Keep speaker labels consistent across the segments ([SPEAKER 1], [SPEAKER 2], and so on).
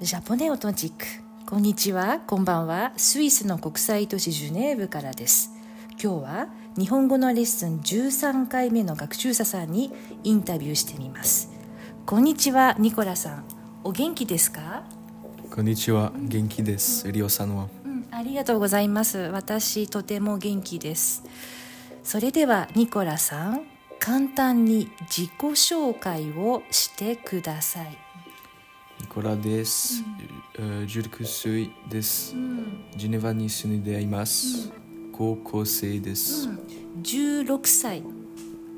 [SPEAKER 1] ジャポネオトンチックこんにちはこんばんはスイスの国際都市ジュネーブからです今日は日本語のレッスン13回目の学習者さんにインタビューしてみますこんにちはニコラさんお元気ですか
[SPEAKER 2] こんにちは、元気です。リオさんは。
[SPEAKER 1] うん、ありがとうございます。私とても元気です。それではニコラさん、簡単に自己紹介をしてください。
[SPEAKER 2] ニコラです。えー19歳です。ジュネバに住んでいます。高校生です。
[SPEAKER 1] 16歳、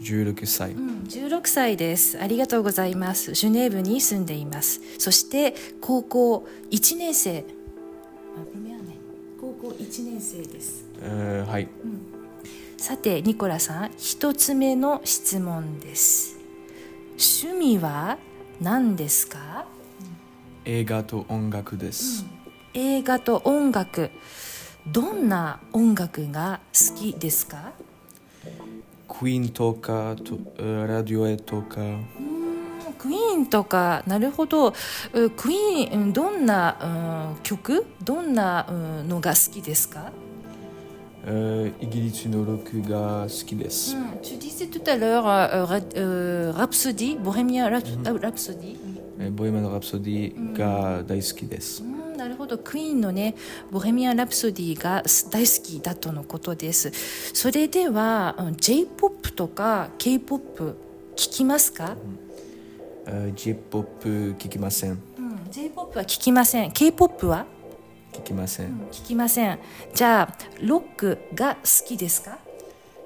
[SPEAKER 2] 16歳。
[SPEAKER 1] 16歳です。ありがとうございます。ジュネーブに住んでいます。そして高校1年生。高校1年生です。
[SPEAKER 2] えーはい。
[SPEAKER 1] さてニコラさん一つ目の質問です趣味は何ですか
[SPEAKER 2] 映画と音楽です。
[SPEAKER 1] 映画と音楽どんな音楽が好きですか
[SPEAKER 2] クイーンとか、とえーラディオエとか、
[SPEAKER 1] うんクイーンとかなるほどうクイーンうんどんな、うん曲どんな、うんのが好きですか
[SPEAKER 2] euh, イギリスのロックが好きです。
[SPEAKER 1] Tu disais tout à l'heure Rhapsody, Bohemian Rhapsody、
[SPEAKER 2] えーボイマンのラプソディが大好きです。
[SPEAKER 1] うんなるほどクイーンのね「ボヘミアン・ラプソディ」が大好きだとのことですそれでは j p o p とか k p o p 聞きますか、
[SPEAKER 2] えー J-POP 聞きません。
[SPEAKER 1] j p o p は聞きません k p o p は
[SPEAKER 2] 聞きません。
[SPEAKER 1] 聞きませんじゃあロックが好きですか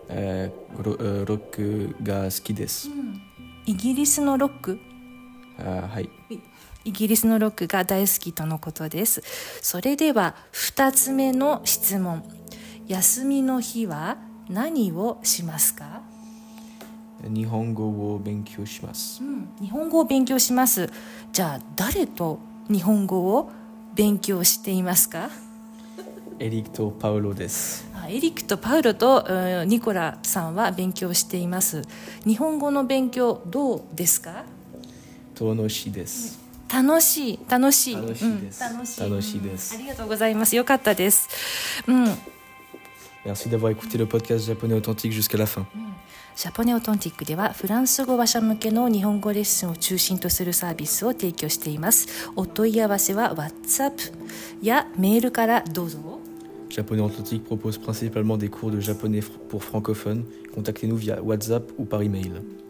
[SPEAKER 2] えーロえーロックが好きです。
[SPEAKER 1] イギリスのロック
[SPEAKER 2] あーはい。
[SPEAKER 1] イギリスのロックが大好きとのことですそれでは2つ目の質問休みの日は何をしますか
[SPEAKER 2] 日本語を勉強します。
[SPEAKER 1] 日本語を勉強しますじゃあ誰と日本語を勉強していますか
[SPEAKER 2] エリックとパウロです。
[SPEAKER 1] あエリックとパウロとうんニコラさんは勉強しています日本語の勉強どうですか
[SPEAKER 2] 楽しいです。
[SPEAKER 1] 楽しい楽しい
[SPEAKER 2] 楽しいです
[SPEAKER 1] うん楽しい
[SPEAKER 2] 楽しいで
[SPEAKER 1] う
[SPEAKER 2] す
[SPEAKER 1] んありがとうございますよかったですうん
[SPEAKER 2] Merci d'avoir écouté le podcast japonais authentique jusqu'à la fin.
[SPEAKER 1] ジャポネオトンティックではフランス語話者向けの日本語レッスンを中心とするサービスを提供していますお問い合わせは WhatsApp やメールからどうぞ
[SPEAKER 2] Japonais authentique propose principalement des cours de japonais fr- pour francophones. Contactez-nous via WhatsApp ou par email.